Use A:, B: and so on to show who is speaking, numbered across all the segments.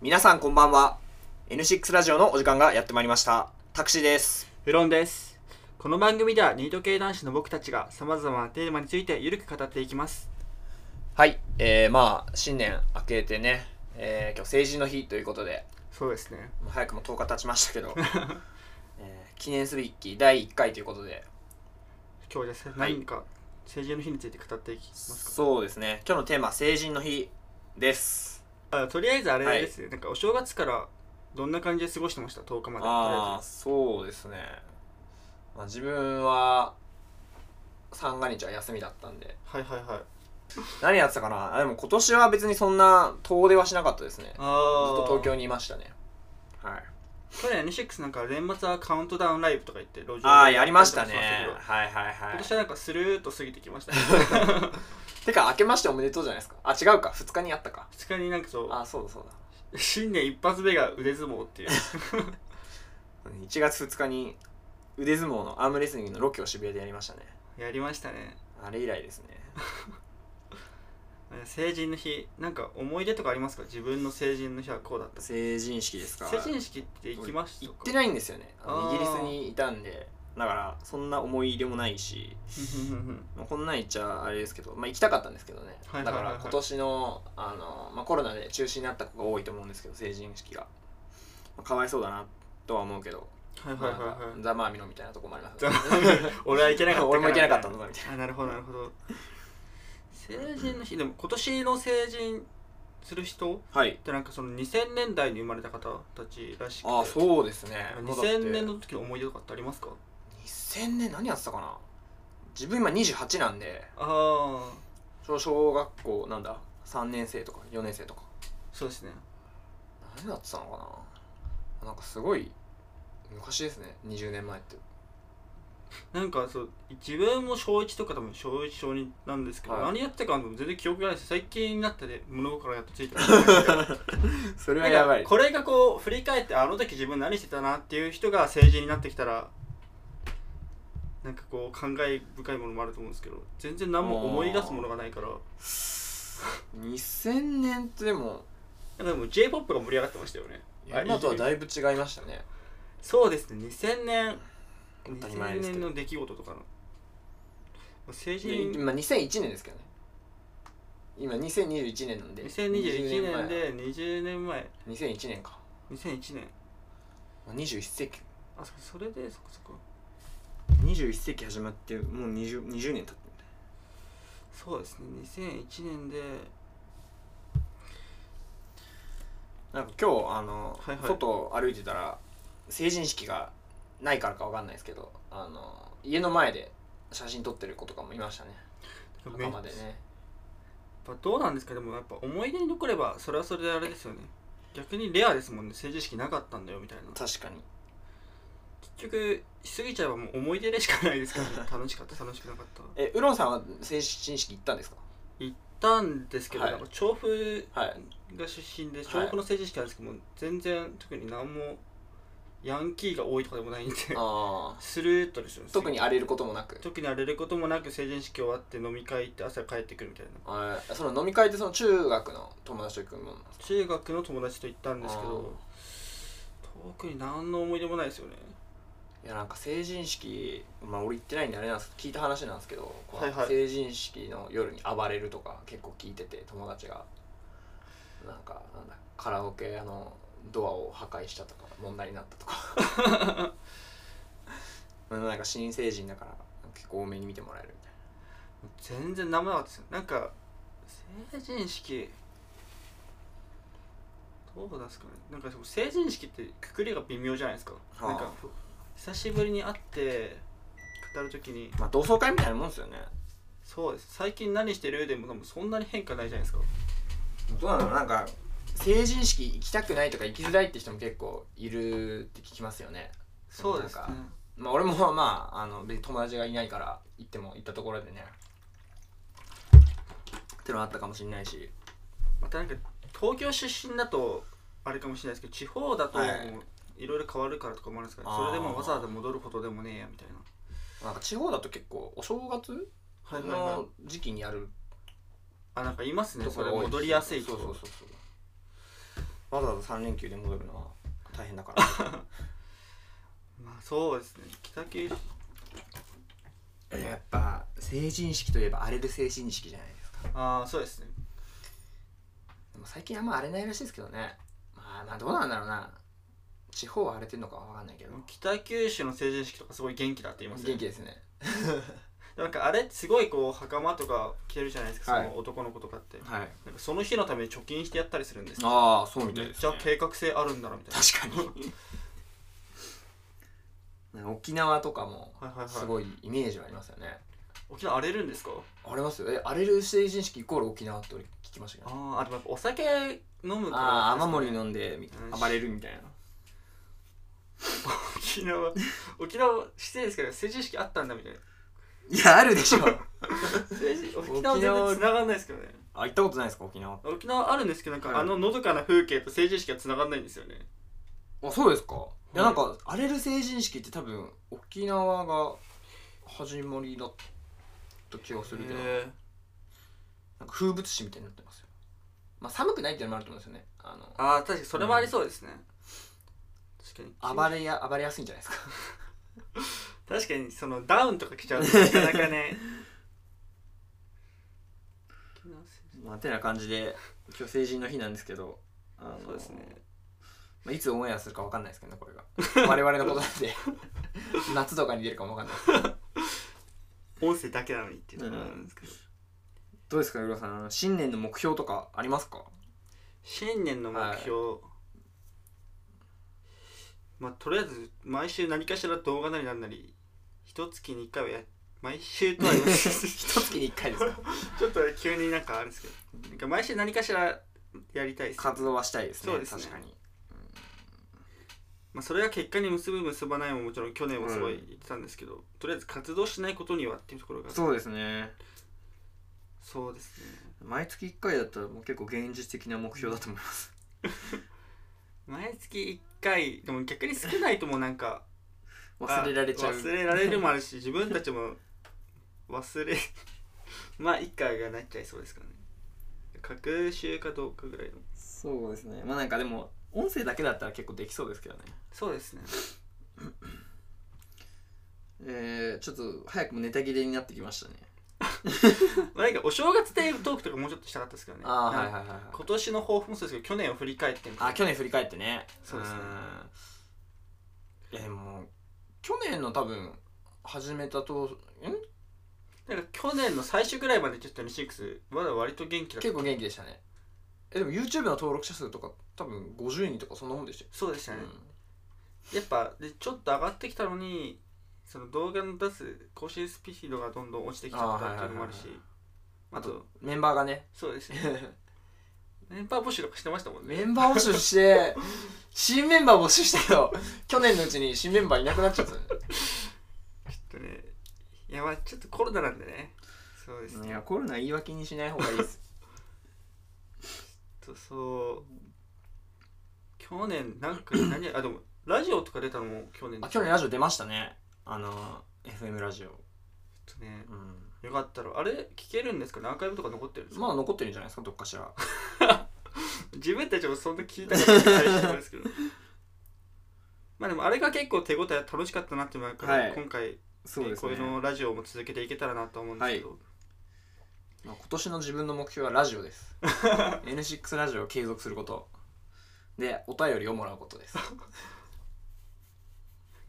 A: 皆さんこんばんは N6 ラジオのお時間がやってまいりましたタクシーです
B: フロンですこの番組ではニート系男子の僕たちがさまざまなテーマについてゆるく語っていきます
A: はいえー、まあ新年明けてね、えー、今日成人の日ということで
B: そうですね
A: もう早くも10日経ちましたけ ど、えー記念すべき第1回ということで
B: 今日ですね、
A: はい
B: 何か成人の日について語っていきます
A: そうですね今日のテーマ成人の日です
B: かあとりあえずあれですね、なんかお正月からどんな感じで過ごしてました10日まで
A: ああそうですね、まあ、自分は三が日は休みだったんで
B: とりあえずはいはいはい
A: 何やってたかなあでも今年は別にそんな遠出はしなかったですねずっ
B: あ
A: と東京
B: に
A: にいましたねはい
B: 去年 N6 なんか年末はカウントダウンライブとか言って路上で
A: ああやりましたね
B: やってましたけど
A: はいはいは
B: 今
A: い
B: 年はなんかスルーっと過ぎてきましたね
A: てか明けましておめでとうじゃないですかあ違うか2日にあったか
B: 2日になんかそう
A: ああそうだそうだ
B: 新年一発目が腕相撲って いう
A: 1月2日に腕相撲のアームレスリングのロケを渋谷でやりましたね
B: やりましたね
A: あれ以来ですね
B: 成人の日なんか思い出とかありますか自分の成人の日はこうだった
A: 成人式ですか
B: 成人式って行きました
A: 行
B: か
A: って
B: い
A: ないんですよねあの
B: あ
A: イギ
B: ー
A: リスにいたんでだからそんな思い入れもないしまあこんなん言っちゃあれですけど、まあ、行きたかったんですけどね、
B: はいはいはいはい
A: だから今年のあの、まあ、コロナで中止になった子が多いと思うんですけど成人式が、まあかわいそうだなとは思うけど、
B: はいはいはいはい
A: ザ・マーミのみたいなとこもあります
B: ザ
A: よね
B: 俺は行けなかった
A: 俺も行けなかった
B: の
A: のだみたい
B: あなるほどなるほど成人の日でも今年の成人する人っ
A: なはい
B: てなんかその2000年代に生まれた方たちらしくて
A: ああそうですね
B: 2000年
A: だって
B: の時の思い出とかってありますか
A: 2000年何やってたかな自分今28なんで
B: ああ
A: 小小学校なんだ3年生とか4年生とか
B: そうですね
A: 何やってたのかななんかすごい昔ですね20年前 って
B: なんかそう自分も小1とか多分小1小2なんですけど、
A: はい
B: 何やってたか全然記憶がないです最近になってで物心やっとつ いたんですけど
A: それはやば
B: なん
A: い
B: かこれがこう振り返ってあの時自分何してたなっていう人が成人になってきたらなんかこう感慨深いものもあると思うんですけど全然何も思い出すものがないから
A: 2000年ってでも
B: なんかでも j p o p が盛り上がってましたよね
A: 今とはだ
B: い
A: いぶ違いましたね
B: そうですね2000年
A: 当たり前
B: 2000
A: ですけ
B: 年
A: ど
B: の出来事とかの成人
A: 今2001年ですけどね今2021年なんで
B: 2021年で20年前
A: 20前2001年か
B: 2001年
A: 21世紀
B: あそそれでそこそこ
A: 21世紀始まってもう 20, 20年経って
B: そうですね2001年で
A: なんか今日あの、
B: はいはい
A: 外を歩いてたら成人式がないからかわかんないですけどあの家の前で写真撮ってる子とかもいましたね
B: め
A: 仲間
B: っ
A: でね
B: やっぱどうなんですかでもやっぱ思い出に残ればそれはそれであれですよね逆にレアですもんね成人式なかったんだよみたいな
A: 確かに
B: 結局しすぎちゃえばもう思い出でしかないですからね 楽しかった楽しくなかった
A: えウロンさんは成人式行ったんですか
B: 行ったんですけど、
A: はい
B: なんか調布
A: はい
B: が出身で
A: い
B: 調布の成人式なんですけども、全然特に何もヤンキーが多いとかでもないんで
A: ああ
B: スルーっとですよね
A: 特に荒れることもなく
B: 特に荒れることもなく成人式終わって飲み会行って朝帰ってくるみたいな
A: あーその飲み会ってその中学の友達と行くもんなんですか
B: 中学の友達と行ったんですけど特に何の思い出もないですよね
A: いやなんか成人式まあ俺行ってないんであれなんです聞いた話なんですけど、こう
B: はいはい
A: 成人式の夜に暴れるとか結構聞いてて友達がなんかなんだカラオケあのドアを破壊したとか問題になったとか まあなんか新成人だから結構多めに見てもらえるみたい
B: 全然何もなかったですよなんか成人式どうなんですかねなんかその成人式ってくくりが微妙じゃないですか、
A: はあ
B: なんかふ久しぶりに会って語るときに
A: なまあ同窓会みたいなもんですよね
B: そうです最近何してるでも多分そんなに変化ないじゃないですか
A: どうなのなんか成人式行きたくないとか行きづらいって人も結構いるって聞きますよね
B: そうですね
A: なんかまあ俺も まああの別に友達がいないから行っても行ったところでねってのはあったかもしれないし
B: またなんか東京出身だとあれかもしれないですけど地方だとも
A: は
B: う
A: い
B: いろいろ変わるからとかもあるんですかね、
A: あー
B: それでもわざわざ戻るほどでもねえやみたいな
A: なんか地方だと結構お正月
B: はいはいはい
A: の時期にやる
B: あなんかいますね
A: とこ
B: それ
A: ろが多
B: 戻りやすい
A: そうそう
B: と
A: そうそうわざわざ3連休で戻るのは大変だから
B: まあそうですね北九州
A: やっぱ成人式といえば荒れる成人式じゃないですか
B: ああそうですね
A: でも最近あんま荒れないらしいですけどねまあまあどうなんだろうな地方は荒れてるのかわかんないけど
B: 北九州の成人式とかすごい元気だって言います
A: 元
B: ね
A: 気ですね
B: なんかあれすごいこう袴とか着てるじゃないですか、
A: はい
B: その男の子とかって
A: はい
B: なんかその日のために貯金してやったりするんですよ
A: ああそうみた
B: め
A: い
B: っ
A: で
B: ち
A: す、
B: ゃ
A: ね、
B: 計画性あるんだなみたい
A: 確かに なんか沖縄とかも
B: なはいはいはい
A: すごいイメージはありますよね
B: 沖縄荒れるんですか
A: ありますよえ荒れる成人式イコール沖縄って俺聞きましたけど
B: あーあでもやっぱお酒飲むから、
A: ああ雨漏り飲んでみ
B: うん
A: 暴れるみたいな
B: 沖縄沖縄失礼ですけど成人式あったんだみたいない
A: やあるでしょ
B: 成人沖縄全然繋がんないですけどね
A: あ行ったことないですか沖縄
B: 沖縄あるんですけどなん
A: はい
B: かあののどかな風景と成人式は繋がんないんですよね
A: あそうですか、い、や
B: は
A: ないんか荒れる成人式って多分沖縄が始まりだった気がするけど、
B: へ
A: なんか風物詩みたいになってますよまあ寒くないっていうのもあると思うんですよねあ
B: ーああ確かにそれもありそうですね、確か
A: の
B: に
A: 暴れや暴れやすいんじゃないですか
B: 確かにそのダウンとか着ちゃうとなかなかね 沖縄成人
A: まあてな感じで今日成人の日なんですけどあの
B: そうですね
A: まあ、いつオンエアするかわかんないですけどねこれが 我々のことなんで夏とかに出るかもわかんないです
B: 音声だけなのにっていうところなんですけど、
A: どうですかうろさんあの新年の目標とかありますか
B: 新年の目標、まあとりあえず毎週何かしら動画なりなんなり一月に一回はや毎週とは言 いませ ん
A: 一月に一回ですか
B: ちょっと急になんかあれですけどなんか毎週何かしらやりたいです、
A: 活動はしたいですね
B: そうですね
A: 確かに
B: まあ、それが結果に結ぶ結ばないももちろん去年はすごい言ってたんですけど、とりあえず活動しないことにはっていうところが
A: そうですね
B: そうですね
A: 毎月1回だったらもう結構現実的な目標だと思います
B: 毎月1回でも逆に少ないともうなんか
A: 忘れられちゃう
B: あ忘れられるもあるし自分たちも忘れ まあ一回がなっちゃいそうですからね隔週かどうかぐらいの
A: そうですねまあなんかでも音声だけだったら結構できそうですけどね
B: そうですね
A: えー、ちょっと早くもネタ切れになってきましたね
B: まあなんかお正月デートークとかもうちょっとしたかったですけどね
A: ああー
B: な
A: は
B: ん
A: い
B: か
A: はいはいはい
B: 今年の抱負もそうですけど去年を振り返ってみたいな
A: あ去年振り返ってね
B: そうですね
A: うんいやでも去年の多分始めたとん
B: なんか去年の最終ぐらいまでちょっと26まだ割と元気だった
A: 結構元気でしたねえでも YouTube の登録者数とか多分50人とかそんなもんでし
B: そうでしたた
A: よ、
B: ね、
A: うん
B: やっぱでちょっと上がってきたのにその動画の出す更新スピードがどんどん落ちてきちゃったっていうのもあるし
A: あ
B: あ
A: と
B: と
A: メンバーが ね
B: そうですねメンバー募集とかしてましたもんね
A: メンバー募集して新メンバー募集したけど去年のうちに新メンバーいなくなっちゃったね
B: ちょっとねいやまあちょっとコロナなんでねそうですね
A: いやコロナ言い訳にしない方がいいです
B: とそう去年なんか何あでもラジオとか出たのも去年
A: あ
B: です
A: 去年ラジオ出ましたねあの FM ラジオ、
B: ちょっとね
A: う
B: よかったらあれ聞けるんですかねアーカイブとか残ってるんです
A: ん、
B: か、
A: まだ残ってるんじゃないですかどっかしら
B: 自分たちもそんな聞いたことないと思うんですけどまあでもあれが結構手応え楽しかったなって思うから、
A: はい
B: 今回
A: そ
B: こういうのラジオも続けていけたらなと思うんですけど、
A: まあ今年の自分の目標はラジオです N6 ラジオを継続することでお便りをもらうことです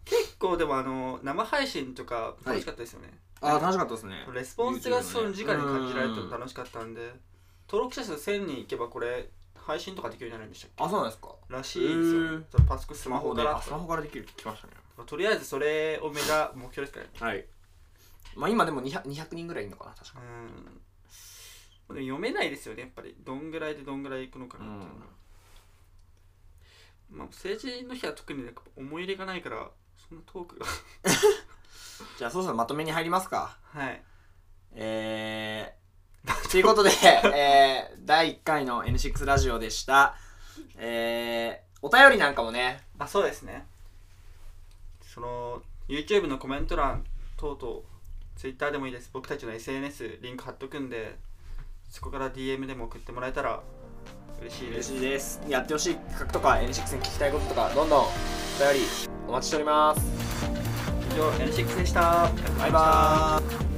B: 結構でもあの生配信とか楽しかったですよね、
A: ああ楽しかったですね
B: レスポンスがその
A: YouTube
B: 直に感じられて
A: うん
B: も楽しかったんで登録者数1000人いけばこれ配信とかできるんじゃないんでしたっけ
A: あそうなんですから
B: しいですよ
A: へー
B: ねそのパソコンス
A: ス
B: マ
A: マ
B: ホ
A: ホ
B: か
A: で
B: ら
A: あスマホからできるって聞きましたね
B: とりあえずそれを目が目標ですからね
A: はいまあ今でも 200, 200人ぐらいいるのかな確か
B: うんでも読めないですよねやっぱりどんぐらいでどんぐらいいくのかなっていうのは、まあ成人の日は特になんか思い入れがないからそんなトークが
A: じゃあそろそろまとめに入りますか
B: はい
A: えー、ということで、えー、第1回の N6 ラジオでした。えー、お便りなんかもね、
B: あそうですねその YouTube のコメント欄等々 Twitter でもいいです僕たちの SNS リンク貼っとくんでそこから DM でも送ってもらえたら嬉しいで
A: 嬉
B: す
A: しいですやってほしい企画とか N6 に聞きたいこととかどんどんお便りお待ちしております
B: 以上 N6 でした
A: バイバーイ